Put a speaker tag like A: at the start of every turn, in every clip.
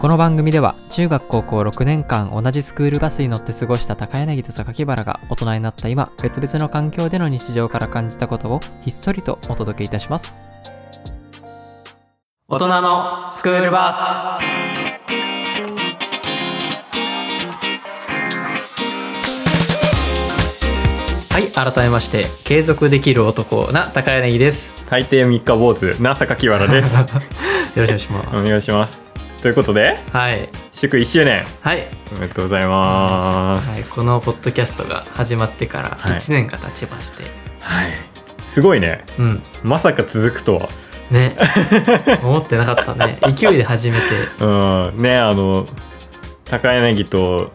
A: この番組では中学高校6年間同じスクールバスに乗って過ごした高柳と榊原が大人になった今別々の環境での日常から感じたことをひっそりとお届けいたします大人のスクールバスはい改めまして継続できる男な高柳 です
B: 大抵三日坊主な榊原です
A: よろしくお願いし
B: お
A: ます
B: 願いしますということで
A: はい
B: 祝1周年
A: はい
B: おめでとうございます
A: はい、このポッドキャストが始まってから
B: はい
A: 1年が経ちまして、
B: はいすごいね
A: うん
B: まさか続くと
A: ね 思ってなかったね勢いで始めて
B: はうんねあの高柳と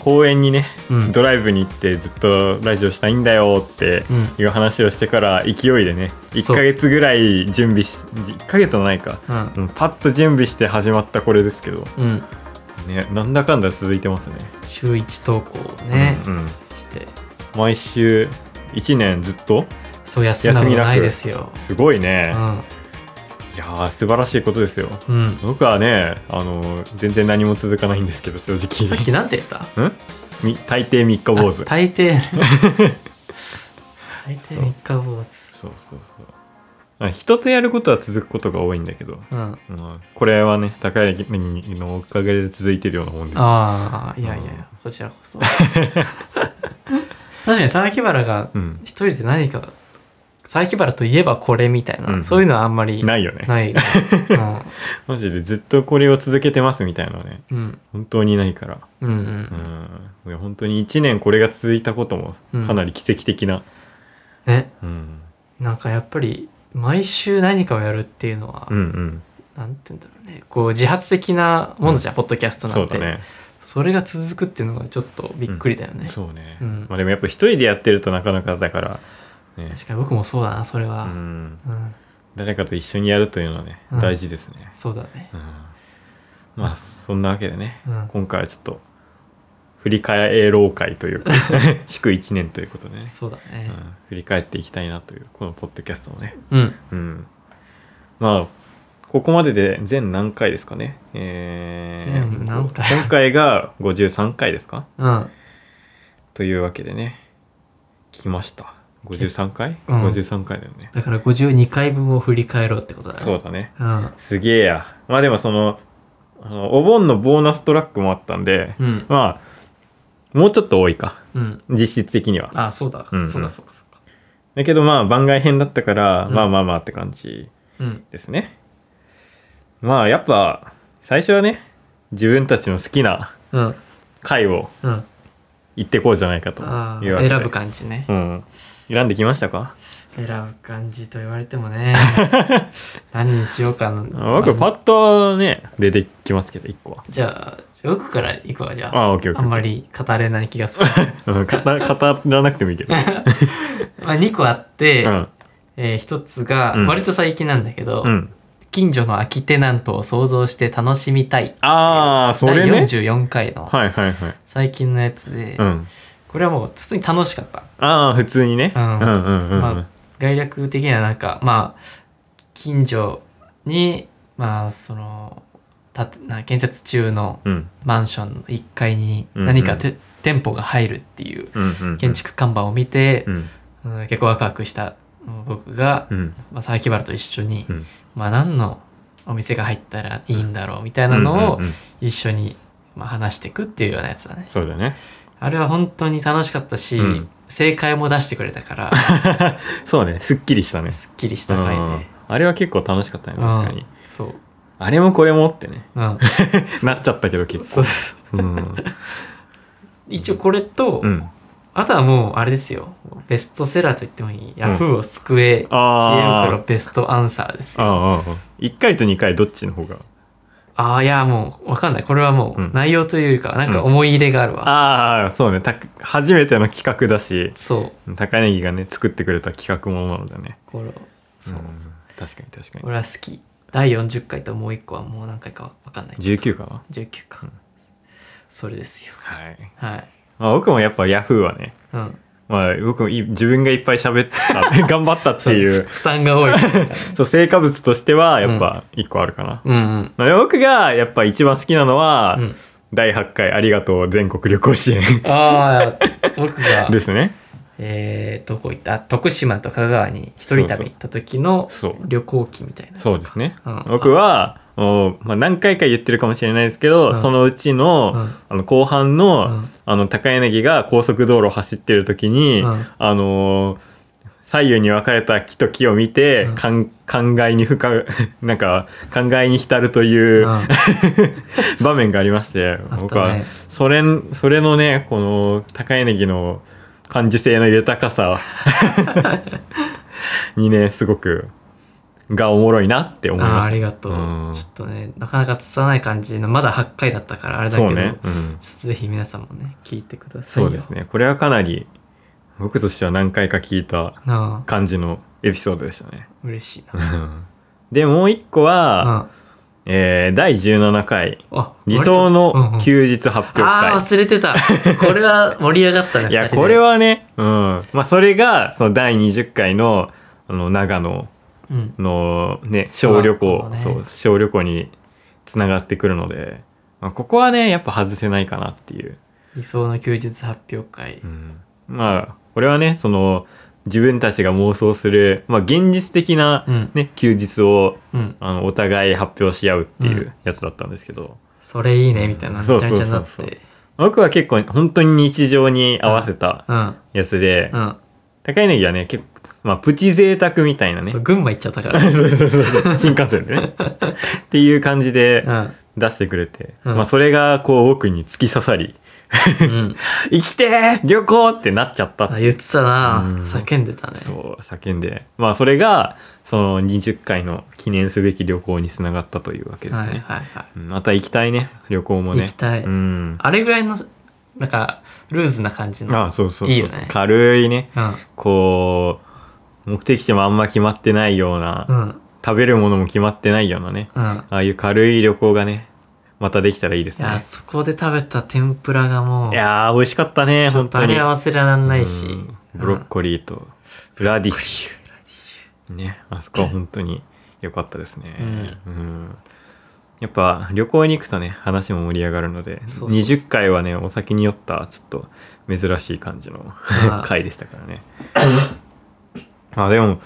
B: 公園にね、
A: うん
B: ドライブに行ってずっとラジオしたいんだよって
A: うん
B: いう話をしてから勢いでね1
A: そう
B: ヶ月ぐらい準備し1ヶ月もないか、
A: うん
B: うん、パッと準備して始まったこれですけど、
A: うん
B: ね、なんだかんだ続いてますね
A: 週1投稿をね、
B: うんうん
A: して
B: 毎週1年ずっと
A: そう休んだことないですよ、
B: すごいうね、
A: ん
B: いやー素晴らしいことですよ
A: うん、
B: 僕はねあの全然何も続かないんですけど正直
A: さっきなんて言った
B: んみ大抵三日坊主
A: あ大抵 大抵三日坊主
B: そうそうそうあ人とやることは続くことが多いんだけど、
A: うん
B: うん、これはね高柳のおかげで続いてるようなもんです
A: ああいやいやいやこちらこそ確かに榊原が
B: うん
A: 一人で何か榊原といえばこれみたいな、
B: うん
A: そういうのはあんまり
B: ないよね
A: ないね、
B: マジでずっとこれを続けてますみたいなのね
A: うんうん
B: 本当にないから
A: うんう
B: うんんいや本当に1年これが続いたこともかなり奇跡的な、
A: ね
B: うん、
A: なんかやっぱり毎週何かをやるっていうのは、
B: うんうん
A: なんて言うんだろうねこう自発的なものじゃん、ポッドキャストな
B: そ
A: ん
B: う
A: て
B: だね
A: それが続くっていうのがちょっとびっくりだよね、
B: そうね、
A: うん
B: まあでもやっぱ一人でやってるとなかなかだから、ね
A: 確かに僕もそうだなそれ
B: う
A: は、
B: ん、
A: うん
B: 誰かと一緒にやるというのはね、
A: うん
B: 大事ですね、
A: そうだね
B: うんまあそんなわけでね、
A: うん
B: 今回はちょっと振り返ろう会というか 祝1年ということでね、
A: そうだ
B: う
A: ね
B: ん、振り返っていきたいなというこのポッドキャストのね、
A: うん、
B: うん、まあここまでで全何回ですかねえー
A: 全何回
B: 今回が53回ですか
A: うん
B: というわけでね聞きました53回、
A: うん
B: ?53 回だよね
A: だから52回分を振り返ろうってことだね
B: そうだね
A: うん
B: すげえやまあでもそのあのお盆のボーナストラックもあったんで、
A: うん
B: まあもうちょっと多いか
A: うん
B: 実質的には
A: あそうだ、
B: うんうん
A: そうだそうかそうか
B: だけどまあ番外編だったから、
A: うん
B: まあまあまあって感じ
A: うん
B: ですねまあやっぱ最初はね自分たちの好きな
A: うん
B: 回を
A: うん
B: 行ってこうじゃないかと
A: あ
B: いうわ
A: ー
B: けで
A: 選ぶ感じね
B: うん選んできましたか
A: 選ぶ感じと言われても ね何にしようかな
B: あ僕パッとね出てきますけど1個は
A: じゃあ奥から行くわじゃあ
B: あオッケーオッ
A: あ
B: ケー
A: んまり語れない気がす る
B: うん語語らなくてもいいけど
A: まあ2個あって、
B: うん
A: え1つが
B: うん
A: 割と最近なんだけど、
B: うん
A: 近所の空きテナントを想像して楽しみたい
B: ああそれ
A: 第
B: ね
A: 44回の
B: はいはいはい
A: 最近のやつで、
B: うん
A: これはもう普通に楽しかった、
B: ああ普通にね
A: う
B: うんんうんうんうん
A: まあ、概略的にはなんかまあ近所にまあその建てな建設中の
B: うん
A: マンションの1階に
B: うんうん
A: 何かて、店舗が入るっていう
B: うんうんうん
A: 建築看板を見て
B: う、ん
A: うん結構ワクワクしたうん僕が、
B: うん
A: まあ、榊原と一緒に、
B: うん
A: まあ、何のお店が入ったらいいんだろうみたいなのを
B: うんうんうん
A: 一緒に、まあ、話していくっていうようなやつだね
B: そうだね
A: あれは本当に楽しかったし、
B: うん
A: 正解も出してくれたから
B: そうねすっきりしたね
A: すっきりした回
B: うん
A: で
B: あれは結構楽しかったね確か
A: う
B: に
A: んそう、
B: あれもこれもってね
A: うん、
B: なっちゃったけど結
A: そう
B: 構うん
A: 一応これと、
B: うん
A: あとはもうあれですよベストセラーと言ってもいい、ヤフーを救え知恵
B: あー
A: 袋ベストアンサーです
B: あ
A: よ
B: あああ1回と2回どっちの方が
A: ああいやもうわかんないこれはも
B: う
A: うん内容というよりかはなんか思い入れがあるわ、
B: ああそうねた初めての企画だし
A: そう
B: 高ネギがね作ってくれた企画ものなのでね
A: これそう、
B: ん確かに確かに
A: 俺は好き第40回ともう一個はもう何回かわかんない
B: 19かは
A: 19か、
B: うん
A: それですよ
B: はい、
A: はい
B: まあ、僕もやっぱヤフーはね
A: うん
B: まあ、僕もい自分がいっぱい喋った 頑張ったっていう
A: 負担 が多い。
B: そう成果物としてはやっぱ一個あるかな、
A: うんうん。
B: まあ僕がやっぱ一番好きなのは、
A: うん
B: 第8回ありがとう全国旅行支援
A: ああ、僕が、
B: ですね
A: えー、どこ行ったあ徳島と香川に一人旅行った時の
B: そう
A: 旅行記みたいなやつか
B: そうですね、
A: うん
B: 僕はもう、まあ、何回か言ってるかもしれないですけど、
A: うん
B: そのうちの,、
A: うん
B: あの後半の,、
A: うん
B: あの高柳が高速道路を走ってる時に、
A: うん
B: あのー左右に分かれた木と木を見て、
A: うん
B: かん感慨に深う なんか感慨に浸るという、
A: うん
B: 場面がありまして、 僕は
A: ね
B: それそれのねこの高柳の感受性の豊 かさにねすごくがおもろいなって思い
A: あ
B: ま
A: ーあ
B: し
A: りがとう、
B: うん
A: ちょっとねなかなか伝わない感じのまだ8回だったからあれ
B: た
A: だけ
B: そう
A: ど、
B: ね、うん、
A: ちょっとぜひ皆さんもね聞いてください
B: そ
A: よ
B: うですねこれはかなり僕としては何回か聞いた
A: なあ
B: 感じのエピソードでしたね
A: 嬉しいな
B: うんでもう一個
A: あ
B: は、えー第17回
A: あ
B: 理想の
A: 日
B: 休日発表会、
A: ああ忘れて たこれは盛り上がったね
B: いや
A: 二人で
B: これはね、うんまあ、それがその第20回のあの長野
A: うん
B: の、ね、
A: そう
B: 小旅行、
A: そうね
B: そう小旅行につながってくるので、まあ、ここはねやっぱ外せないかなっていう、
A: 理想の休日発表会
B: うんまあこれはねその自分たちが妄想する、まあ、現実的な
A: う、ん
B: ね休日を
A: うん
B: あのお互い発表し合うっていううんやつだったんですけど、
A: それいいねみたいなめち
B: そ
A: ゃ
B: うそう
A: め
B: そう
A: ち
B: そ
A: ゃ
B: う
A: になって
B: 僕は結構本当に日常に合わせた
A: うん
B: やつで、
A: うん
B: 高柳はね結構、まあ、プチ贅沢みたいなね
A: そう群馬行っちゃったから
B: そうそうそうそう新幹線 でねっていう感じで出してくれて、
A: うん
B: まあ、それがこう僕に突き刺さり
A: うん、うん、
B: 「生きてー旅行!」ってなっちゃった
A: あ言ってたな
B: うん
A: 叫んでたね
B: そう叫んでまあそれがその20回の記念すべき旅行につながったというわけです
A: はい
B: ね、
A: はいはい
B: うんまた行きたいね旅行もね
A: 行きたい
B: うん
A: あれぐらいのなんかルーズな感じの
B: あそうそうそう
A: いいよね
B: 軽いね
A: うん
B: こう目的地もあんま決まってないような、
A: うん
B: 食べるものも決まってないようなね
A: うん
B: ああいう軽い旅行がねまたできたらいいです
A: い
B: ね
A: やそこで食べた天ぷらがもう
B: いやー美味しかったね
A: ちょ
B: 本
A: っと
B: 当
A: あ
B: に
A: れ合わせらなんないし、
B: うんブロッコリーとラディッシュねあそこは本当に良かったですね、うんやっぱ旅行に行くとね話も盛り上がるので
A: そうそうそう
B: 20回はねお酒に酔ったちょっと珍しい感じの
A: あ
B: 回でしたからね まあでも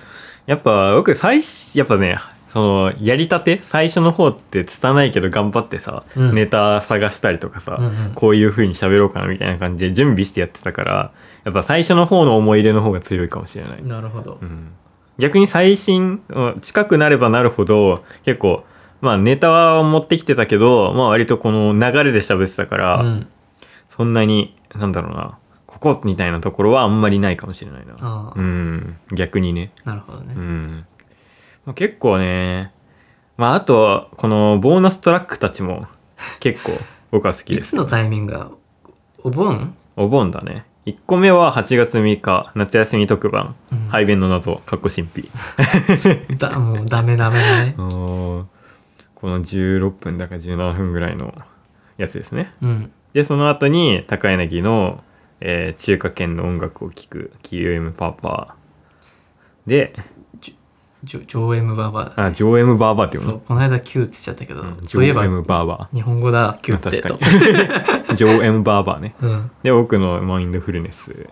B: やっぱ僕最初やっぱねそのやりたて最初の方って拙いけど頑張ってさ、
A: うん
B: ネタ探したりとかさ、
A: うんうん
B: こういう風に喋ろうかなみたいな感じで準備してやってたからやっぱ最初の方の思い入れの方が強いかもしれない、
A: なるほど
B: う、ん逆に最新うん近くなればなるほど結構まあネタは持ってきてたけど、まあ、割とこの流れで喋ってたから、
A: うん、
B: そんなになんだろうなここみたいなところはあんまりないかもしれないな、
A: ああ、
B: うん、逆にね
A: なるほどね、
B: うん、まあ、結構ねまああとはこのボーナストラックたちも結構僕は好き
A: い
B: です
A: つのタイミングがお盆、
B: お盆だね1個目は8月3日夏休み特番
A: うん
B: 排便の謎かっこ神秘
A: だもうダメダメだね
B: あーこの16分だか17分ぐらいのやつですね
A: うん
B: でその後に高柳の、えー中華圏の音楽を聴く QM パーパーで
A: ジョジョーエムババ
B: あジョーエムバーバーっていう
A: そ
B: の
A: うこの間 Q っつっちゃったけど、
B: うんジ
A: そ
B: ョ
A: ういえば
B: ーエムバーバー
A: 日本語だ Q ってと
B: 確、かに ジョーエムバーバーね
A: うん、
B: で僕のマインドフルネス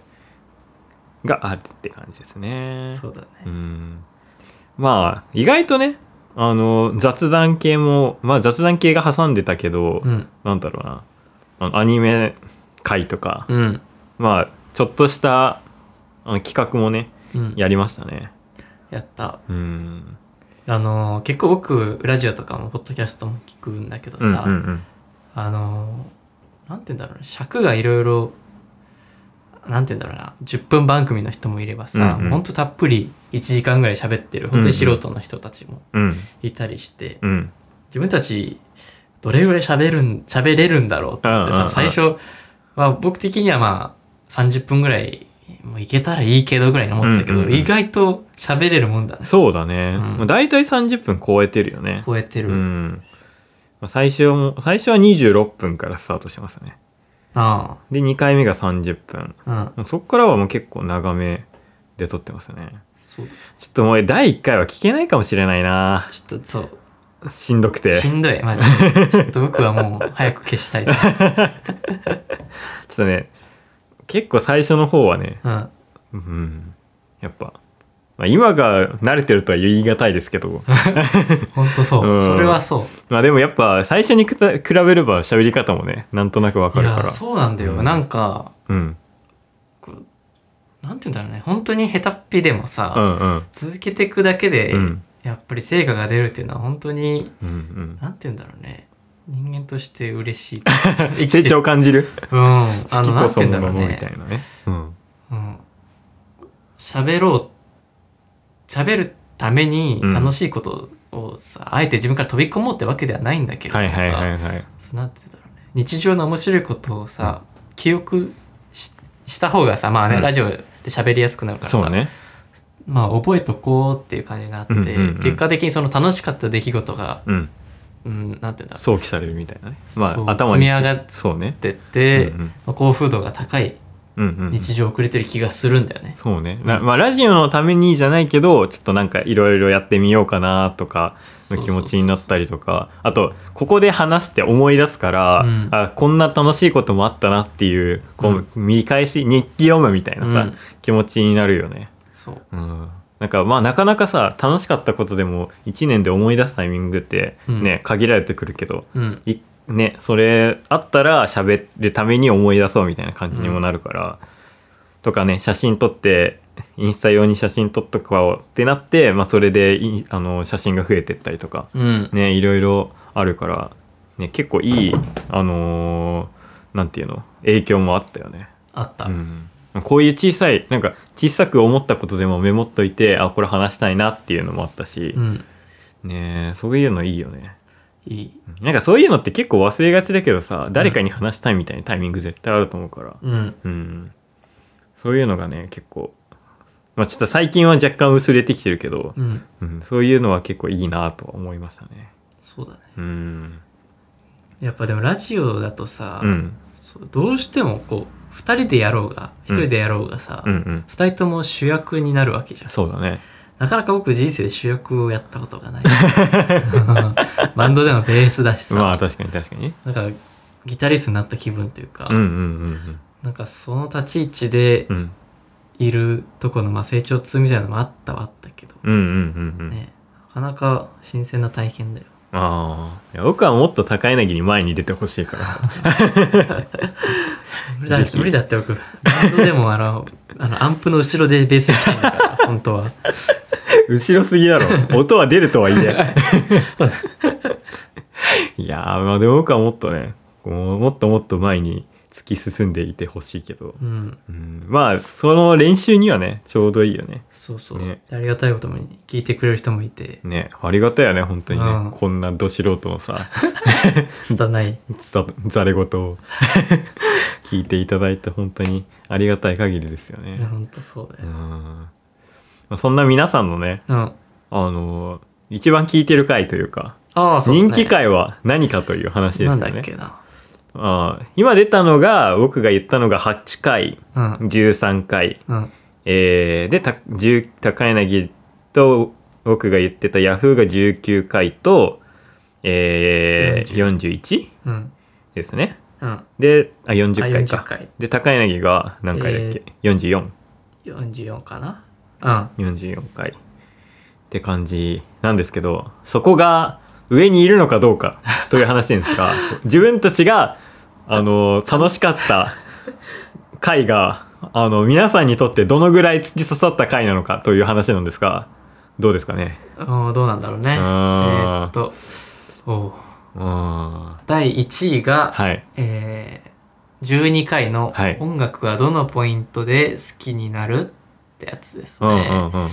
B: があるって感じですね
A: そうだね
B: うんまあ意外とねあの雑談系もまあ雑談系が挟んでたけど、
A: うん
B: なんだろうなあのアニメ会とか、
A: うん
B: まあちょっとしたあの企画もね
A: うん
B: やりましたね
A: やった
B: うん
A: あのー結構僕ラジオとかもポッドキャストも聞くんだけど
B: うん
A: さ、
B: うんうん
A: あのーなんて言うんだろうな尺がいろいろなんて言うんだろうな10分番組の人もいればさ、
B: うんうん
A: ほんとたっぷり1時間ぐらい喋ってる本当に素人の人たちも
B: うん
A: いたりして、
B: うん
A: 自分たちどれぐらい喋るん喋れるんだろうって思って
B: うんうん
A: さ、
B: う
A: 最
B: ん
A: 初は僕的にはまあ30分ぐらいもういけたらいいけどぐらいに思ってたけど、
B: うんうんうん
A: 意外と喋れるもんだね
B: そうだね、
A: うん
B: まあ、大体30分超えてるよね
A: 超えてる、
B: うんまあ最初も最初は26分からスタートしますね
A: あ
B: で2回目が30分
A: あ、うん。
B: もうそっからはもう結構長めで撮ってますね
A: そうだ
B: ちょっともう第1回は聞けないかもしれないな
A: ちょっとそう、
B: しんどくて
A: し
B: ちょっ
A: んどい、マジで。ちょっと僕はもう早く消したい。う
B: とね結構最初の方はね
A: ん。
B: うんやっぱ、まあ、今が慣れてるとは言い難いです けど
A: ほんとそうう。
B: ん
A: それはそう。
B: まあでもやっぱ最初にくた比べれば喋り方もねなんとなくわか
A: い
B: るか
A: や、
B: ら
A: そうなんだよ。
B: うん
A: なんか、
B: うん
A: こうなんて言うんだろうね。本当に下手っぴでもさ、
B: うんうん
A: 続けていくだけで、
B: うん
A: やっぱり成果が出るっていうのは本当に、
B: うんうん
A: なんて言うんだろうね。人間として嬉 しい。
B: 成長感じる
A: うん。あの、なんて言
B: 好きこそ
A: うんだ
B: の
A: ろ
B: も
A: う
B: のみた
A: ね。
B: いなねうん
A: うん。喋ろう。喋るために
B: うん
A: 楽しいことをさ、あえて自分から飛び込もうってわけではないんだけれど
B: は
A: も
B: い
A: さ、
B: はいはいはい
A: そうなんて言うんだろうね。日常の面白いことをさ、記憶しした方がさ、まあね、
B: うん
A: ラジオで喋りやすくなるからさ、
B: そうね
A: まあ覚えとこうっていう感じになって、
B: うんうんうん
A: 結果的にその楽しかった出来事が、
B: うん
A: うん、なんていうんだろう
B: 想起されるみたいなねま
A: そう
B: あ頭
A: 積
B: に
A: み上がっ
B: そうね
A: ってって、
B: うんうん
A: まあ幸福度が高い
B: うんうんうん
A: 日常をくれてる気がするんだよね。
B: そうね、
A: うん
B: なまあラジオのためにじゃないけどちょっとなんかいろいろやってみようかなとかの気持ちになったりとかあとここで話して思い出すから、
A: うん
B: あこんな楽しいこともあったなっていうこう見返し、日記読むみたいなさ、
A: うん
B: 気持ちになるよね。
A: そうそうそう
B: うんなんかまあなかなかさ楽しかったことでも1年で思い出すタイミングってね、限られてくるけど
A: そう。うん。
B: いねそれあったら喋るために思い出そうみたいな感じにもなるから、とかね写真撮ってインスタ用に写真撮っとくわってなって、まあ、それでいあの写真が増えてったりとか
A: うん。
B: ねいろいろあるから、ね、結構いいあのーなんていうの影響もあったよね。
A: あった。
B: うんこういう小さいなんか小さく思ったことでもメモっといてあこれ話したいなっていうのもあったし
A: う、ん。
B: ねそういうのいいよね。
A: いい。
B: なんかそういうのって結構忘れがちだけどさ誰かに話したいみたいなタイミング絶対あると思うから、
A: うん。
B: うん、そういうのがね結構、まあ、ちょっと最近は若干薄れてきてるけど、
A: うん。
B: うん、そういうのは結構いいなとは思いましたね。
A: そうだね。
B: うん、
A: やっぱでもラジオだとさ、
B: うん、
A: そうどうしてもこう、二人でやろうが、一人でやろうがさ、
B: う
A: 二、
B: ん、うん、
A: 人とも主役になるわけじゃん。
B: そうだね。
A: なかなか僕人生で主役をやったこと がない。 バンドでのベースだしさ。
B: まあ確かに確かに。
A: なんかギタリストになった気分というか、
B: うん、うん、うん、
A: なんかその立ち位置で
B: うん、うん、
A: いるとこのまあ成長痛みたいなのもあったはあったけど、
B: うん、うん、うん、うん。
A: ねなかなか新鮮な体験だよ
B: ああ、いや僕はもっと高柳に前に出てほしいからさ。
A: 無理だ
B: ぜひ
A: 無理だって僕バンドでもあのあのアンプの後ろでベース弾きたいんだから本当は
B: 後ろすぎだ ろ音は出るとはいえ いやーまあでも僕はもっとねもうもっともっと前に突き進んでいてほしいけど、
A: うん
B: うん、まあその練習にはねちょうどいいよね
A: そうそう、
B: ね
A: でありがたいことも聞いてくれる人もいて
B: ねありがたいよね本当にね、
A: うん
B: こんなど素人のさ
A: 拙い
B: ざざれ言を聞いていただいて本当にありがたい限りですよ
A: いや
B: ね、
A: 本当そうだ
B: うん
A: よ
B: まあ、そんな皆さんのね
A: うん、あ
B: あの一番聞いてる回というか
A: あそうだね、
B: 人気回は何かという話で
A: な
B: すよ
A: んだっ
B: ね。
A: けな
B: ああ今出たのが僕が言ったのが8回
A: うん
B: 13回、
A: うん
B: えーでた10高柳と僕が言ってたヤフーが19回と、えー、41
A: うん
B: ですね。
A: うんあ
B: であ40回
A: 40
B: か。
A: 回
B: で高柳が何回だっけ、44
A: 44かなうん
B: 44回って感じなんですけどそこが上にいるのかどうかという話なんですが 自分たちがあの楽しかった回があの皆さんにとってどのぐらい突き刺さった回なのかという話なんですがどうですかね
A: あーどうなんだろうね。え
B: あー
A: ーっと、おう
B: うーん
A: 第1位が、
B: はい
A: えー、12回の
B: はい
A: 音楽はどのポイントで好きになるってやつです
B: う
A: ね。
B: んうんうんうん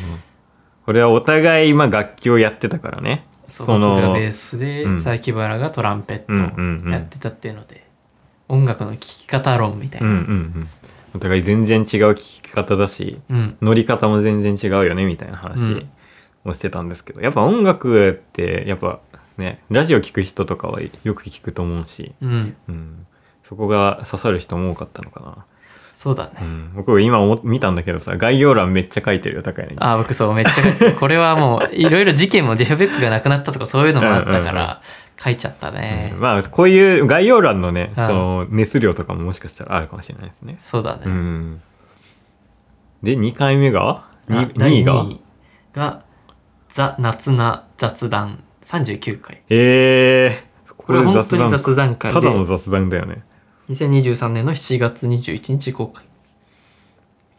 B: これはお互い今楽器をやってたからね
A: そう
B: その
A: 僕がベースで、
B: うん
A: 佐伯原がトランペ
B: うんうん
A: ッ
B: う
A: ト
B: ん
A: やってたっていうので、音楽の聴き方論みたい
B: うんうんう
A: な。
B: んお互い全然違う聞き方だし
A: うん。
B: 乗り方も全然違うよねみたいな
A: うん
B: 話をしてたんですけど、やっぱ音楽ってやっぱねラジオ聴く人とかはよく聞くと思うし、
A: うん。
B: うん、そこが刺さる人も多かったのか
A: そうだ
B: な、う
A: ね。
B: ん、僕今思見たんだけどさ概要欄めっちゃ書いてるよ高柳
A: ああ、僕そう、めっちゃ書い てるこれはもう、いろいろ事件もジェフ・ベックが亡くなったとかそういうのもあったか
B: うんうん
A: ら、書いちゃったね。
B: うんまあこういう概要欄のね、
A: うん
B: その熱量とかももしかしたらあるかもしれないですね。
A: そうだね。
B: うん、で2回目が
A: あ
B: 2,
A: 第
B: 位が
A: 二位がザ・夏な雑談39回
B: えー、
A: これ本当に雑
B: 談
A: 談
B: か
A: 会
B: た
A: で
B: だの雑談だよね。
A: 2023年の7月21日公開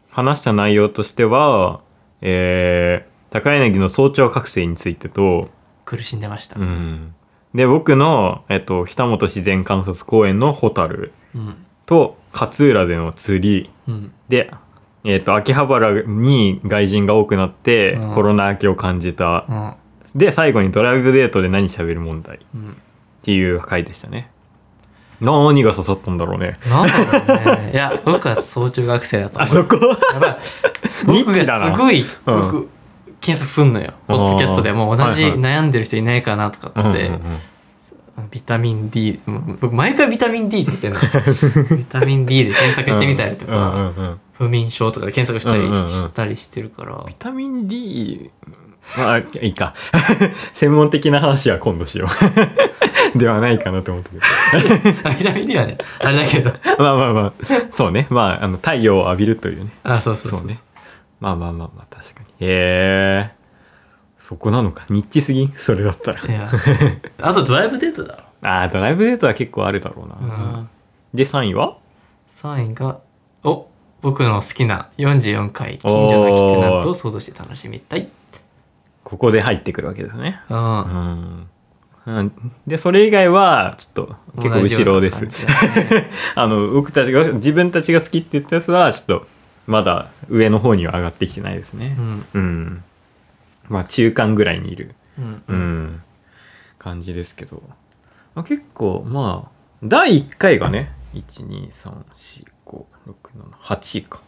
B: 話した内容としては、えー、高柳の早朝覚醒についてと、
A: 苦しんでました、
B: うん、で僕の、えっと、北本自然観察公園のホタル
A: うん
B: と勝浦での釣り
A: うん
B: で、えー、と秋葉原に外人が多くなって、
A: うん
B: コロナ明けを感じた
A: う、ん
B: で最後にドライブデートで何喋る問題っ
A: うん
B: ていう回でしたね何が刺さったんだろうね
A: なんだろ うねいや僕は早中学生だと
B: あ
A: 思
B: そうこ
A: やばい
B: ニ
A: 僕
B: ッチだ
A: が
B: な
A: すごい、
B: うん
A: 僕検索すんのよポッドキャストでもう同じ
B: はいはい
A: 悩んでる人いないかなとかっつって、
B: うんうんうん
A: ビタミン D うん僕毎回ビタミン D って言ってん のビタミン D で検索してみたりとか、
B: うんうんうん
A: 不眠症とかで検索したり
B: うんうんうん
A: したりしてるから、
B: ビタミン D まあいいか 専門的な話は今度しよう ではないかなと思ったけど
A: あビタミン D はねあれだけど
B: まあまあまあそうねまああの太陽を浴びるというね
A: あそうそうそう
B: そうねまあまあまあまあ確かにへえそこなのかニッチすぎんそれだったら
A: い やあとドライブデートだろ
B: ああドライブデートは結構あるだろうな、で3位は
A: 3位がお僕の好きな44回「近所のきってなんと想像して楽しみたい」
B: ここで入ってくるわけですね
A: う
B: うんんうんでそれ以外はちょっと結構後ろです
A: 同じような感じだね
B: あの僕たちが自分たちが好きって言ったやつはちょっとまだ上の方には上がってきてないですね
A: うん
B: うん、まあ中間ぐらいにいる
A: うん
B: うん、感じですけど、まあ、結構まあ第1回がね123456788位か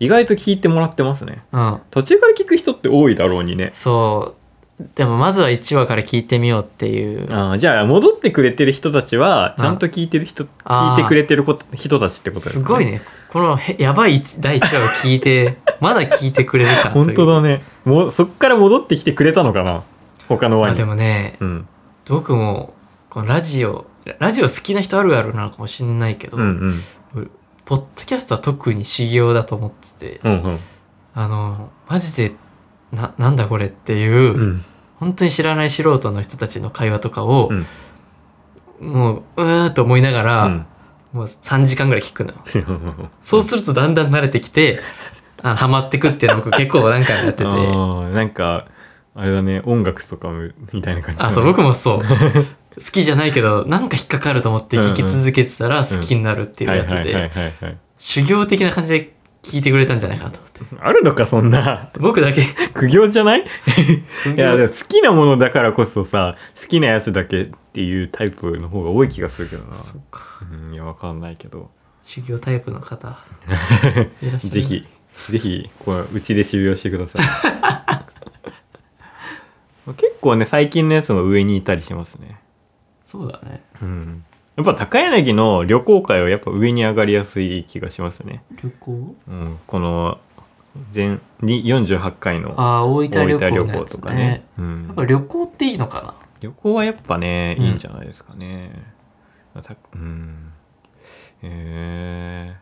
B: 意外と聞いてもらってますね
A: うん
B: 途中から聞く人って多いだろうにね
A: そうでもまずは1話から聞いてみようっていう
B: あーじゃあ戻ってくれてる人たちはちゃんと聞いてる人、
A: あー
B: 聞いてくれてること人たちってことです
A: ごいねこのへやばい一第1話を聞いて まだ聞いてくれるかという
B: 本当だねもうそっから戻ってきてくれたのかな他の
A: ま
B: ワ
A: あ
B: イン
A: でもね
B: うん
A: 僕もこのラジオララジオ好きな人あるあるなのかもしれないけど、
B: うんうん
A: ポッドキャストは特に修行だと思ってて、
B: うんうん
A: あのマジでななんだこれっていう、
B: うん
A: 本当に知らない素人の人たちの会話とかを、もううーっと思いながら、
B: うん
A: もう3時間ぐらい聞くのよ
B: うん
A: そうするとだんだん慣れてきてあのハマってくっていうのを僕結構何回もやってて
B: あーなんかあれだね音楽とかもみたいな感じだね
A: あそう僕もそう好きじゃないけどなんか引っかかると思って聞き続けてたら好きになるっていうやつ
B: はいはいはい
A: で
B: はいはい
A: 修行的な感じで聞いてくれたんじゃないかなと思って
B: あるのかそんな
A: 僕だけ
B: 苦行じゃ ないいやで
A: い
B: も好きなものだからこそさ好きなやつだけっていうタイプの方が多い気がするけどな
A: やそうか
B: うんいやわかんないけど
A: 修行タイプの 方いらっしゃる
B: ぜひぜひこううちで修行してくだ さい結構ね最近のやつも上にいたりしますね
A: そうだね
B: うんやっぱ高柳の旅行会はやっぱ上に上がりやすい気がしますね、
A: 旅行
B: うん、この全に48回の
A: ああ大分旅
B: 大
A: 行
B: 分旅
A: のや
B: 行
A: つ
B: と
A: ね
B: かねう
A: や
B: ん
A: っぱ旅行っていいのか
B: 旅行はやっぱね
A: うん
B: いいんじゃないですかね、たうんえ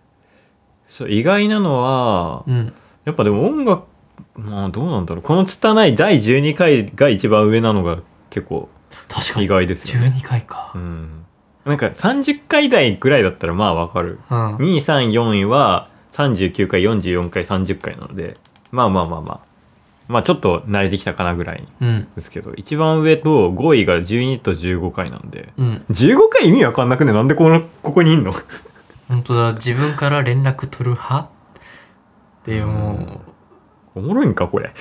B: ーそう意外なのは、
A: なうん
B: やっぱでも音楽まあどうなんだろうこの拙い第12回が一番上なのが結構
A: 確か
B: 意
A: に
B: 外ですよね、
A: 12回か
B: うん、なんか30回台ぐらいだったらまあわかる
A: うん
B: 234位は39回44回30回なのでまあまあまあまあまあちょっと慣れてきたかなぐらい
A: うん
B: ですけど一番上と5位が12と15回なんで
A: うん
B: 15回意味わかんなくねなんでこのここにいんの
A: 本当だ自分から連絡取る派っていうもう、
B: うんおもろいんかこれ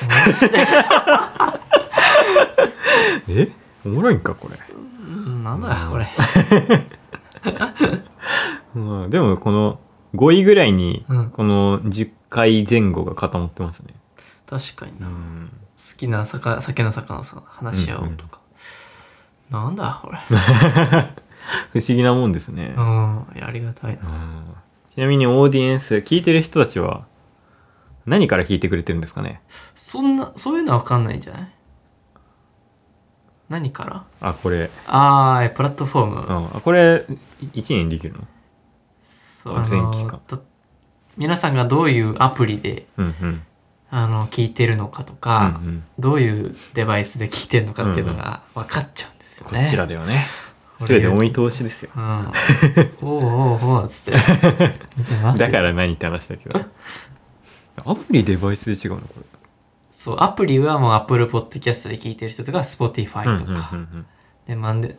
B: えおもろいんかこれ
A: うんなんだこれ
B: まあでもこの5位ぐらいに
A: うん
B: この10回前後が固まってますね
A: 確かにな好
B: ん
A: きな酒酒の魚さん話し合おうとか、なんだこれ
B: 不思議なもんですね
A: う、んいやありがたいな
B: うんちなみにオーディエンス聞いてる人たちは何から聞いてくれてるんですかね
A: そんなそういうのは分かんないんじゃない何から
B: あこれ、
A: ああプラットフォーム、
B: うん、あこれ1年できるの
A: そう
B: あ
A: あ
B: 前
A: の
B: 期か
A: と皆さんがどういうアプリで
B: うんうん
A: あの聞いてるのかとか、
B: うんうん
A: どういうデバイスで聞いてるのかっていうのが分かっちゃうんですよ
B: こ
A: ね。
B: ちらだよね
A: こ
B: 全
A: れ
B: て思い通しですよ
A: うん、おうおうおうっつって見てます
B: だから何って話だけど アプリデバイスで違うのこれ
A: そうアプリはもう Apple Podcast で聞いてる人とか Spotify とか、
B: うんうんうんうん
A: でマンデ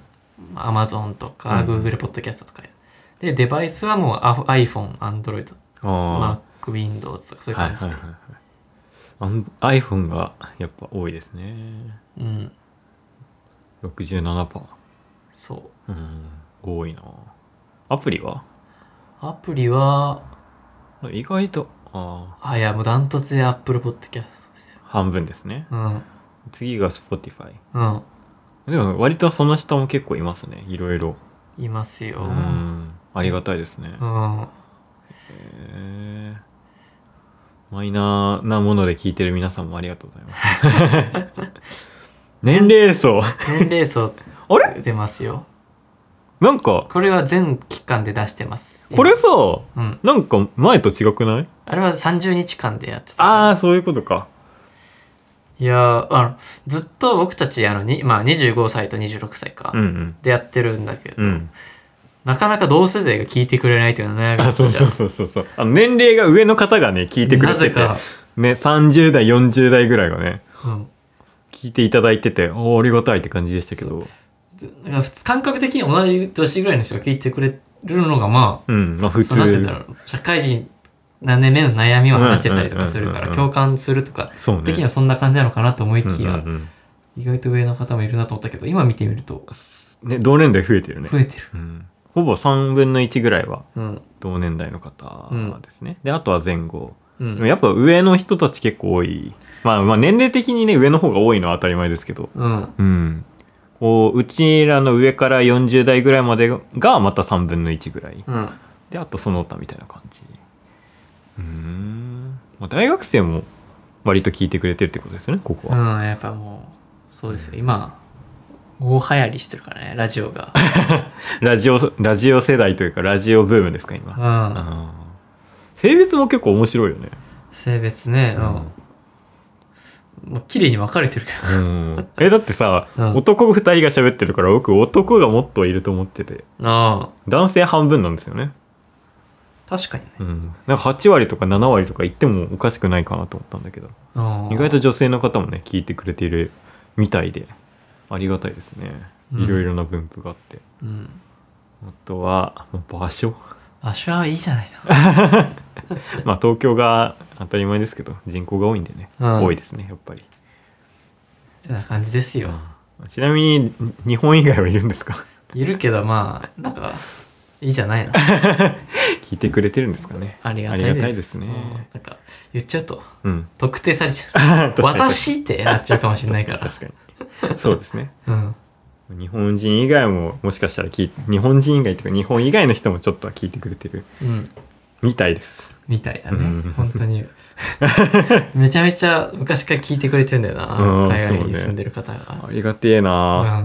A: Amazon とか、
B: うん
A: Google Podcast とかでデバイスはもう iPhone、Android、
B: あ
A: Mac、Windows とかそうい
B: あ、
A: う感じで、
B: はいはいはいはいあん iPhone がやっぱ多いですね
A: うん
B: 67%
A: そう
B: うん多いなアプリは
A: アプリは
B: 意外とあ
A: あ、いや、もうダントツで Apple Podcast です
B: あ
A: よ。
B: 半分ですね
A: うん。うん。
B: 次が Spotify でも割とその下も結構いますねいろいろ
A: いますよ。
B: う
A: うん。
B: んありがたいですねへえマイナーなもので聞いてる皆さんもありがとうございます 年齢層あ
A: 年齢 層
B: れ
A: 出ますよ。
B: なんか
A: これは全期間で出してます。
B: これさ
A: うん。
B: なんか前と違くない
A: あれは30日間でやってた。
B: ああそういうことか
A: いやーあの、ずっと僕たち、あの、にまあ、25歳と26歳か。
B: うん
A: でやってるんだけど、
B: うんうん
A: なかなか同世代が聞いてくれないというのは悩み
B: あそうそうそうそうそうあの年齢が上の方がね聞いてくれ
A: なぜ
B: てて
A: か、
B: ね30代40代ぐらいがね
A: うん、
B: 聞いていただいてておーありがたいって感じでしたけど
A: ずなんか普通感覚的に同じ年ぐらいの人が聞いてくれるのがまあ
B: うんまあ普
A: そう
B: 通
A: なんて言うんだろう社会人何年目の悩みを話してたりとかするか
B: うんうんうんうんう
A: ら
B: ん
A: 共感するとか
B: そうね
A: 的にはそんな感じなのかなと思いき
B: う
A: や
B: んうん
A: 意外と上の方もいるなと思ったけど今見てみると
B: うんね同年代増えてるね
A: 増えてる。
B: うんほぼ3分の1ぐらいは
A: うん
B: 同年代の方ですね、であとは前後、
A: う
B: でも
A: ん
B: やっぱ上の人たち結構多い、まあ、まあ年齢的にね上の方が多いのは当たり前ですけど
A: うん
B: うんこううちらの上から40代ぐらいまでがまた3分の1ぐらい
A: うん
B: であとその他みたいな感じうーん、まあ、大学生も割と聞いてくれてるってことですよねここは、
A: うんやっぱもうそうですよ今大流行りしてるからねラジオが
B: ラジオラジオ世代というかラジオブームですか今、あ
A: うん
B: あ性別も結構面白いよね
A: 性別ねうんもう綺麗に分かれてるけど
B: うん、えだってさ、
A: うん
B: 男2人が喋ってるから僕男がもっといると思ってて
A: あ
B: 男性半分なんですよね、
A: あ確かにね
B: うん、なんか8割とか7割とか言ってもおかしくないかなと思ったんだけど
A: ああ
B: 意外と女性の方もね聞いてくれているみたいでありがたいですね
A: うん
B: いろいろな分布があって、
A: うん
B: あとはまあ場所
A: 場所はいいじゃない
B: まあ東京が当たり前ですけど人口が多いんでね、
A: うん
B: 多いですねやっぱり、
A: のてな感じですよ
B: ちなみに日本以外はいるんですか
A: いるけどまあなんかいいじゃないの
B: 聞いてくれてるんですかね
A: ありが
B: あ
A: た
B: り
A: い
B: が
A: です
B: たいですね
A: うんなんか言っちゃうと
B: うん
A: 特定されち ゃう私ってなっちゃうかもしれないから
B: 確かに確かにそうですね
A: うん
B: 日本人以外ももしかしたら聞い日本人以外というか日本以外の人もちょっとは聞いてくれてる
A: うん
B: みたいです
A: みたいだ
B: うん
A: ね本当 にめちゃめちゃ昔から聞いてくれてるんだよ
B: うん
A: な海外
B: そう
A: に
B: ね
A: 住んでる方が
B: ありがてえな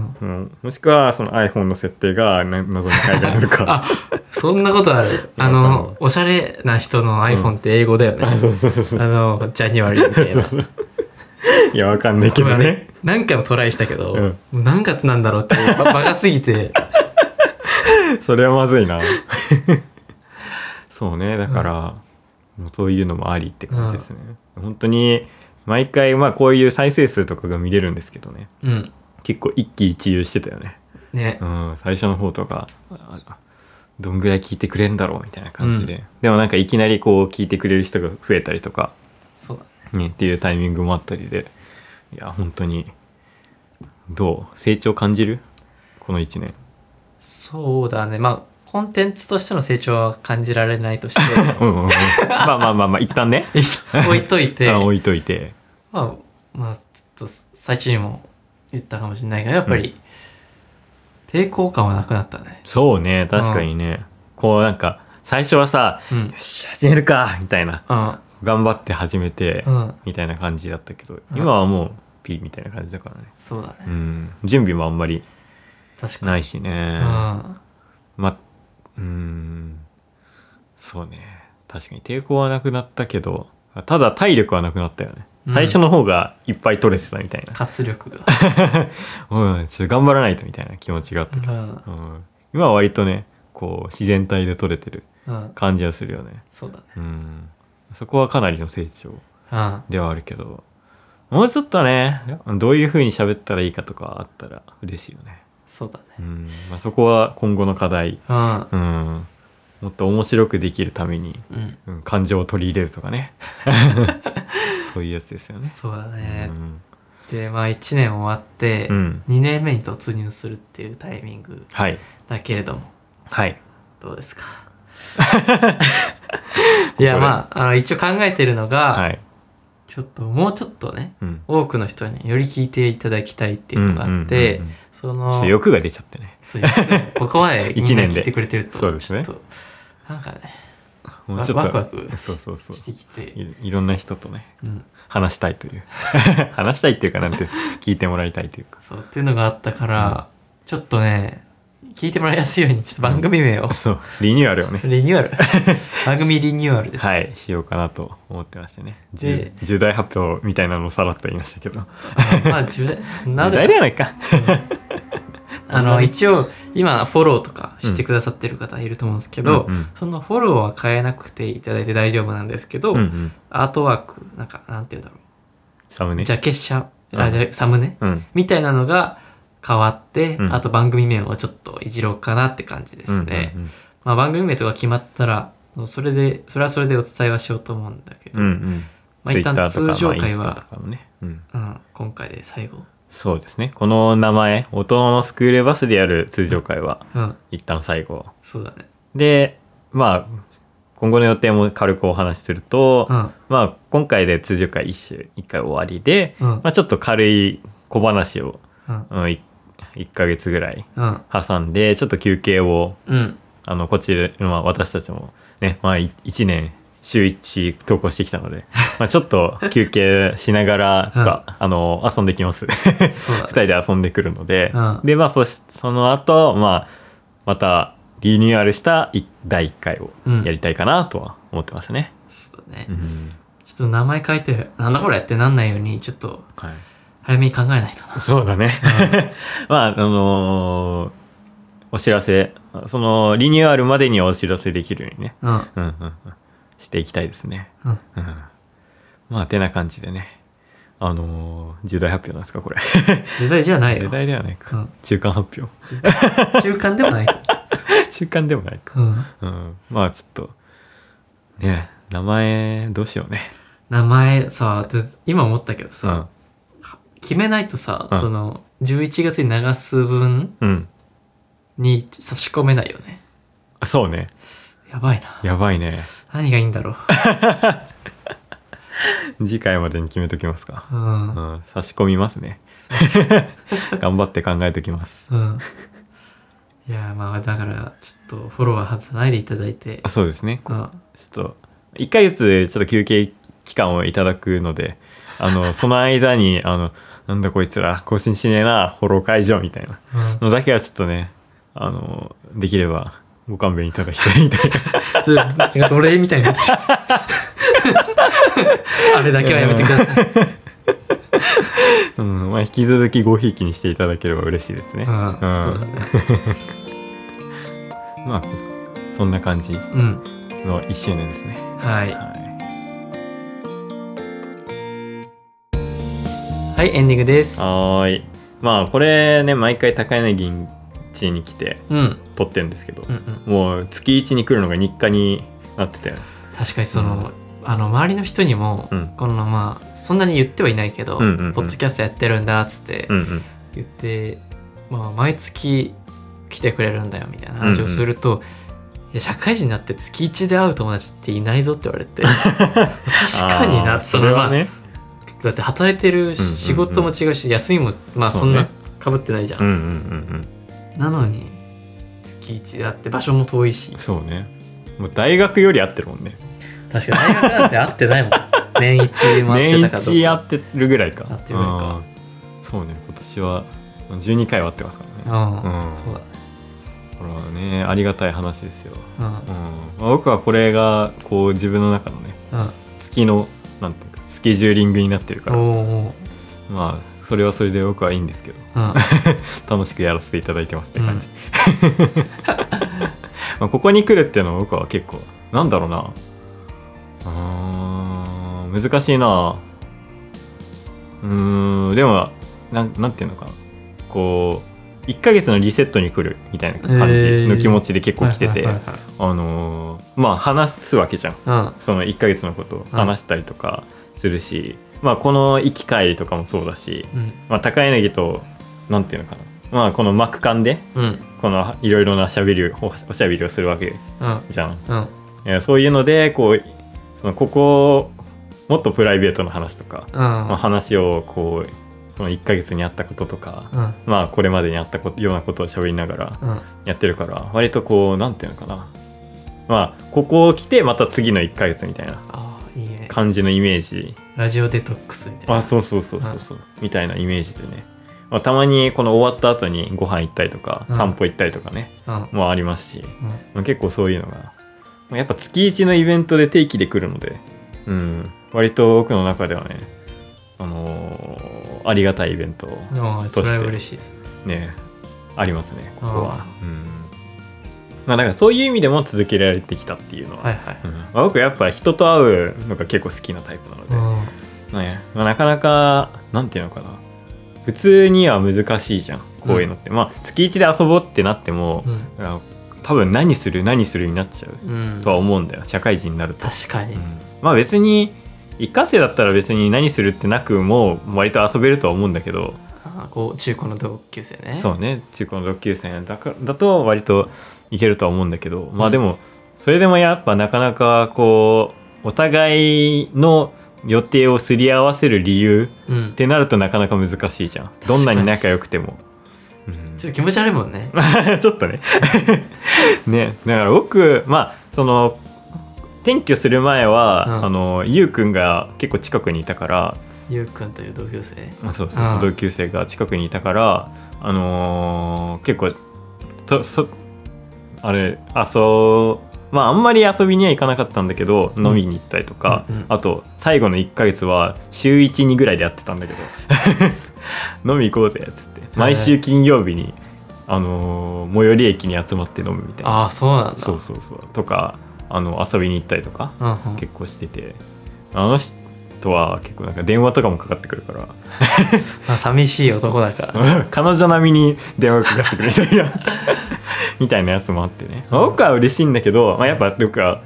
B: あ、うんもしくはその iPhone の設定がな謎に海外なのか
A: そんなこと あるあ
B: うん
A: のおしゃれな人の iPhone って英語だよね
B: あそうそうそうそう
A: あのジャニワリーみたい
B: そう
A: な
B: そう いやわかんないけどね
A: 何回もトライしたけど、
B: うん
A: もう何月なんだろうってばバカすぎ て
B: それはまずいなそうねだから、もうそういうのもありって感じですね、本当に毎回まあこういう再生数とかが見れるんですけどね
A: うん
B: 結構一喜一憂してたよね
A: ね
B: うん、最初の方とかああどんぐらい聞いてくれるんだろうみたいな感じで、でもなんかいきなりこう聞いてくれる人が増えたりとか、
A: そうだ
B: ね、っていうタイミングもあったりでいや本当にどう成長感じるこの1年
A: そうだねまあコンテンツとしての成長は感じられないとして
B: うんうん、 うん、まあまあまあまあ一旦ね
A: 置いといて
B: あ置いといて
A: まあまあちょっと最初にも言ったかもしれないがやっぱり、抵抗感はなくなったね。
B: そうね確かにね、こうなんか最初はさ
A: う
B: 「
A: ん
B: よ。し始めるか」みたいな
A: うん。
B: 頑張って始めて、
A: うん。
B: みたいな感じだったけど
A: うん
B: 今はもうピーみたいな感じだからね
A: そうだね。
B: うん準備もあんまり
A: 確か
B: な
A: に。
B: いしね
A: うん。
B: まうんそうね確かに抵抗はなくなったけどただ体力はなくなったよね
A: うん
B: 最初の方がいっぱい取れてたみたいな、
A: 活力 が。
B: うんちょっと頑張らないとみたいな気持ちがあったけ
A: う
B: ど、
A: ん。
B: うん、今は割とねこう自然体で取れてる
A: うん。
B: 感じはするよね
A: そうだね。
B: うんそこはかなりの成長
A: うん。
B: ではあるけどもうちょっとねどういう風に喋ったらいいかとかあったら嬉しいよね、
A: そうだね。
B: うんまあ、そこは今後の課題、
A: うん。
B: うん、もっと面白くできるために、
A: うん。
B: うん、感情を取り入れるとかね そういうやつですよね、
A: そうだね
B: う。ん
A: で、まあ1年終わって、
B: うん
A: 2年目に突入するっていうタイミング
B: はい
A: だけれども、
B: はい
A: どうですか いや、まあ、あの一応考えてるのが、
B: はい
A: ちょっともうちょっとね、
B: うん
A: 多くの人により聞いていただきたいっていうのがあって、
B: うんうんうんうん
A: そ
B: ちょっ
A: の
B: と、欲が出ちゃってね
A: そういうここまでみ
B: 一
A: んな
B: 年
A: 聞
B: で
A: いてくれてると、
B: そうですね
A: ちょっとなんかね、
B: もうちょっと
A: ワクワク
B: そうそうそう
A: してきて、
B: いいろんな人とね
A: うん、
B: 話したいという 話したいっていうかなんて聞いてもらいたいというか
A: そうっていうのがあったから、ちょっとね、聞いてもらいやすいように、ちょっと番組名を、
B: そうリニューアルをね
A: リニューアル、番組リニューアルです。
B: はい、しようかなと思ってましてね。
A: で
B: 重重大発表みたいなのをさらっと言いましたけど。
A: あのまあ、重大、そんな
B: 重
A: ある
B: 大ではないか。
A: あの、一応、今、フォローとかしてくださってる方いると思うんですけど、
B: うんうん
A: そのフォローは変えなくていただいて大丈夫なんですけど、
B: うんうん。
A: アートワーク、なんか、なんて言うんだろ
B: サム
A: う。
B: ネ。
A: ジャケシャ、
B: う
A: あ、
B: ん
A: じゃサムネ
B: うん。
A: みたいなのが変わって、
B: うん
A: あと番組名をちょっといじろうかなって感じですね。
B: うん
A: まあ、番組名とか決まったら、それで、それはそれでお伝えはしようと思うんだけど、
B: うんうん。
A: まあ、一旦
B: Twitter とか
A: 通常
B: まあイ
A: 会
B: ンスタと
A: は、
B: かもね。うん。
A: うん、今回で最後。
B: そうですね。この名前、大人のスクールバスでやる通常会は、
A: うん、
B: 一旦最後。
A: そうだね。
B: で、まあ、今後の予定も軽くお話しすると、
A: うん、
B: まあ、今回で通常会一週、一回終わりで、
A: うん
B: ま、あ、ちょっと軽い小話を、
A: うん、
B: うん、い1ヶ月ぐらい
A: うん、
B: 挟んでちょっと休憩を
A: うん、
B: あのこちら、まあ、私たちもね、まあ、1年週1投稿してきたので、 まあ、ちょっと休憩しながらちょっと、あの遊んできます 2
A: そうだね。
B: 人で遊んでくるので、
A: うん
B: でまあそしその後、まあまたリニューアルしたい第1回を
A: うん
B: やりたいかなとは思ってますね。
A: そうだね。
B: うん
A: ちょっと名前書いて、なんだこれってなんないように、ちょっと
B: はい
A: 早めに考えないとな。
B: そうだね。 まあ、あのーお知らせ、その、リニューアルまでにはお知らせできるようにね、
A: うん、
B: うんうんうん、していきたいですね。
A: うん。
B: うん、まあ、てな感じでね、あのー重大発表なんですか、これ。
A: 時代じゃ ない
B: 重
A: よ。
B: 大ではないか。
A: うん
B: 中間発表。
A: 中間でもない。
B: 中間でもないか。
A: うん。
B: うん、まあ、ちょっと、ね、名前、どうしようね。
A: 名前さ、で今思ったけど
B: う
A: さ
B: ん、。
A: 決めないとさ、
B: うん
A: その、11月に流す分
B: うん。
A: に差し込めないよね。
B: そうね。
A: やばいな。
B: やばいね。
A: 何がいいんだろう。
B: 次回までに決めときますか。
A: うん。うん。
B: うん、差し込みますね。 頑張って考えときます。
A: いや、まあ、だから、ちょっとフォロワー外さないでいただいて
B: あ、、そうですね。
A: う
B: こ
A: ん。
B: ちょっと、1ヶ月ちょっと休憩期間をいただくので、あ の、その間に、あの、なんだこいつら、更新しねえな、フォロー解除みたいな
A: うん
B: のだけはちょっとね、あの、できればご勘弁いただきたいみた いな。
A: うん、奴隷みたいになっちゃう。あれだけはやめてください。
B: うん、まあ、引き続きごひいきにしていただければ嬉しいですね。
A: うん
B: ま
A: そうだね。
B: あ、そんな感じ
A: うん。
B: の1周年ですね。
A: はい。
B: は
A: はい、エンディングで
B: い。
A: す。
B: はーい。まあ、これね、毎回高柳んちに来て、
A: うん。うん
B: 撮ってるんですけど、
A: うん。
B: もう月1に来るのが日課になってたよね
A: 確かにその、あの、周りの人にも、
B: うん
A: このまあ、そんなに言ってはいないけど、
B: うんうんうん
A: ポッドキャストやってるんだ、っつって
B: うんうん
A: 言って、まあ、毎月来てくれるんだよ、みたいな話をすると、いや社会人になって月1で会う友達っていないぞって言われ て確かに
B: あ
A: な
B: ー
A: そ
B: それ
A: のまあ
B: はね
A: だって働いてるし
B: うんうんうん
A: 仕事も違うし、休みもまあそ
B: そうんね
A: なかぶってないじゃん、
B: うんうんうん
A: なのに月1であって場所も遠いし
B: そうねもう大学より合ってるもんね
A: 確かに大学なんて会って ないもん年1も会っ
B: 年
A: てたかどう
B: 一合
A: か
B: ってるぐらいか
A: 合ってるぐらいか
B: うんそうね今年は12回は合ってますからね
A: うん、
B: うん
A: そうだ
B: これはねありがたい話ですよ、
A: うん
B: うんまあ、僕はこれがこう自分の中のね
A: うん
B: 月のなんていうかスケジューリングになってるから
A: おー
B: まあそれはそれで僕はいいんですけど
A: うん
B: 楽しくやらせていただいてますって感じ、 まあここに来るっていうのは僕は結構なんだろうなうーん難しいなうーんでもなんなんていうのかなこう1ヶ月のリセットに来るみたいな感じの気持ちで結構来て
A: はいは
B: て、
A: いはいはい
B: あのーまあ話すわけじゃん
A: うん
B: その1ヶ月のことを話したりとかするし、まあこの行き帰りとかもそうだし、
A: うん
B: まあ、高柳となんていうのかなまあこの幕間で
A: うん
B: このいろいろなしゃべりをおおしゃべりをするわけ
A: うん
B: じゃん、
A: うん
B: えーそういうのでこうそのここもっとプライベートの話とか、
A: うん
B: まあ、話をこうその1ヶ月にあったこととか、
A: うん
B: まあこれまでにあったことようなことをしゃべりながら
A: うん
B: やってるから割とこうなんていうのかなまあここを来てまた次の1ヶ月みたいな
A: ああいいね
B: 感じのイメージ
A: ラジオデトックスみたいな
B: あそうそうそうそうそうみたいなイメージでね、まあ、たまにこの終わった後にご飯行ったりとか
A: うん
B: 散歩行ったりとかね、
A: うんうん
B: もうありますし、まあ、結構そういうのがまあやっぱ月1のイベントで定期で来るので、うん、割と僕の中ではねあのーありがたいイベント
A: ああそれは嬉しいです
B: ねありますねここはうんまあなんかそういう意味でも続けられてきたっていうのは、
A: はいはい
B: うんまあ、僕やっぱ人と会うのが結構好きなタイプなので、
A: うん
B: ねまあ、なかなかなんていうのかな普通には難しいじゃんこういうのって、まあ月1で遊ぼうってなっても、
A: うん
B: だから多分何する何するになっちゃう
A: うん
B: とは思うんだよ社会人になると、
A: 確かに
B: うんまあ別に一過性だったら別に何するってなくも割と遊べるとは思うんだけど
A: ああこう中高の同級生ね
B: そうね中高の同級生だかだと割といけるとは思うんだけどまあでもそれでもやっぱなかなかこうお互いの予定をすり合わせる理由
A: うん
B: ってなるとなかなか難しいじゃん
A: かに
B: どんなに仲良くても、うん
A: ちょっと気持ち悪いもんね
B: ちょっとね ねだから僕まあその転居する前は、
A: うん
B: あのゆうくんが結構近くにいたから
A: ゆうくんという同級 生
B: あそうそう
A: うん
B: 同級生が近くにいたからあのー結構とそあれあそうまああんまり遊びには行かなかったんだけど、
A: ん
B: 飲みに行ったりとか、
A: うんうん
B: あと最後の1ヶ月は週12ぐらいでやってたんだけど 飲み行こうぜっつって毎週金曜日に、あのー最寄り駅に集まって飲むみたいな
A: ああそうなんだ
B: そうそうそうとかあの遊びに行ったりとか
A: うんうん
B: 結構しててあの人は結構なんか電話とかもかかってくるから
A: まあ寂しい男だから
B: 彼女並みに電話かかってくるみた いなみたいなやつもあってねまあ僕は嬉しいんだけど、まあ、やっぱ僕は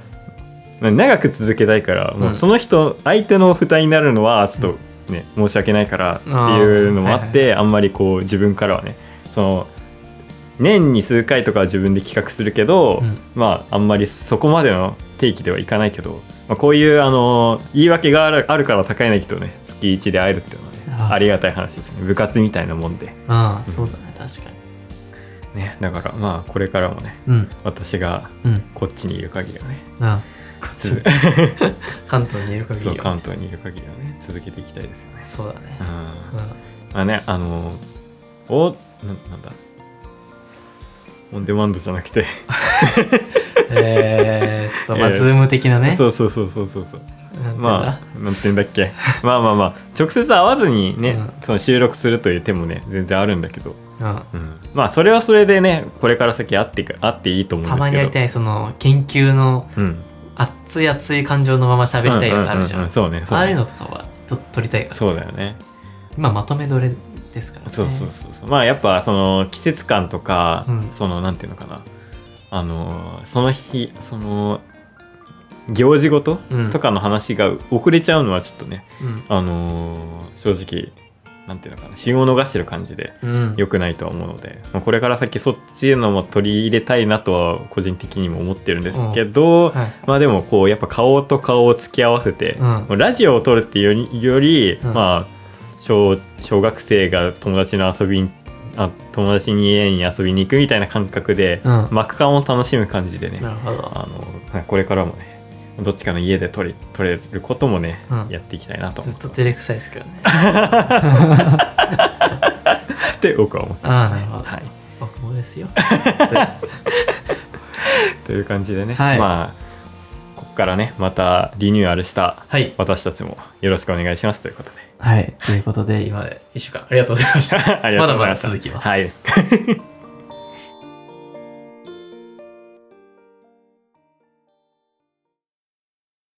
B: まあ長く続けたいからもううんその人相手の負担になるのはちょっとね申し訳ないからっていうのもあっ
A: あーはいはい
B: てあんまりこう自分からはねその年に数回とかは自分で企画するけど、
A: うん
B: まああんまりそこまでの定期ではいかないけど、まあ、こういうあの言い訳があるあるから高柳とね月1で会えるっていうのはね
A: あー
B: ありがたい話ですね部活みたいなもんで、
A: ああそうだね確かに
B: ね、だからまあこれからもね
A: うん
B: 私が
A: うん
B: こっちにいる限りはね
A: ああ
B: つづ
A: 関東にいる限り
B: そう
A: は
B: 関東にいる限りはね続けていきたいです
A: そ
B: よね
A: うだね
B: うん
A: うん
B: まあねあのおななんだオンデマンドじゃなくて、
A: えーっとまあ
B: えー
A: ズーム的なね
B: そうそうそうそうそうそう
A: なんていうん
B: ま
A: だ
B: あなんて言うんだっけまあまあまあ直接会わずにね、
A: うん
B: その収録するという手もね全然あるんだけど、
A: うん
B: うん、まあそれはそれでねこれから先会っていく会っていいと思うんですけど
A: たまにやり
B: い、
A: たいその研究の
B: うん、
A: 熱い熱い感情のまま喋りたいやつあるじゃん,、
B: うううそうねそ
A: あ
B: うね
A: あいうのとかはと撮りたいから
B: そうだよね
A: 今まとめどれですからね
B: そうそうそうそうまあやっぱその季節感とか、
A: うん
B: そのなんていうのかなあのーその日その行事ごと
A: うん
B: とかの話が遅れちゃうのはちょっとね、
A: うん
B: あのー正直なんていうのかな信号を逃してる感じで
A: うん
B: 良くないとは思うので、まあ、これから先そっちのも取り入れたいなとは個人的にも思ってるんですけど、
A: はい
B: まあでもこうやっぱ顔と顔を突き合わせて、
A: うん
B: もうラジオを撮るっていうより、
A: うん
B: まあ小小学生が友達の遊びにあ友達に家に遊びに行くみたいな感覚で、
A: うん
B: 幕間を楽しむ感じでね
A: なるほど
B: あのこれからもねどっちかの家で撮り撮れることもね、
A: うん
B: やっていきたいなと
A: ず
B: 思
A: っ
B: っ
A: と照れくさいですけどね
B: て僕は思ってま
A: あ
B: し
A: あ
B: た
A: なる
B: ね
A: ほど、
B: はい、
A: 僕もですよ
B: という感じでね、
A: はい
B: まあここからねまたリニューアルした
A: はい
B: 私たちもよろしくお願いしますということで
A: はいということで今まで一週間ありがとうございました
B: ありがとうございました
A: まだまだ続きます
B: はい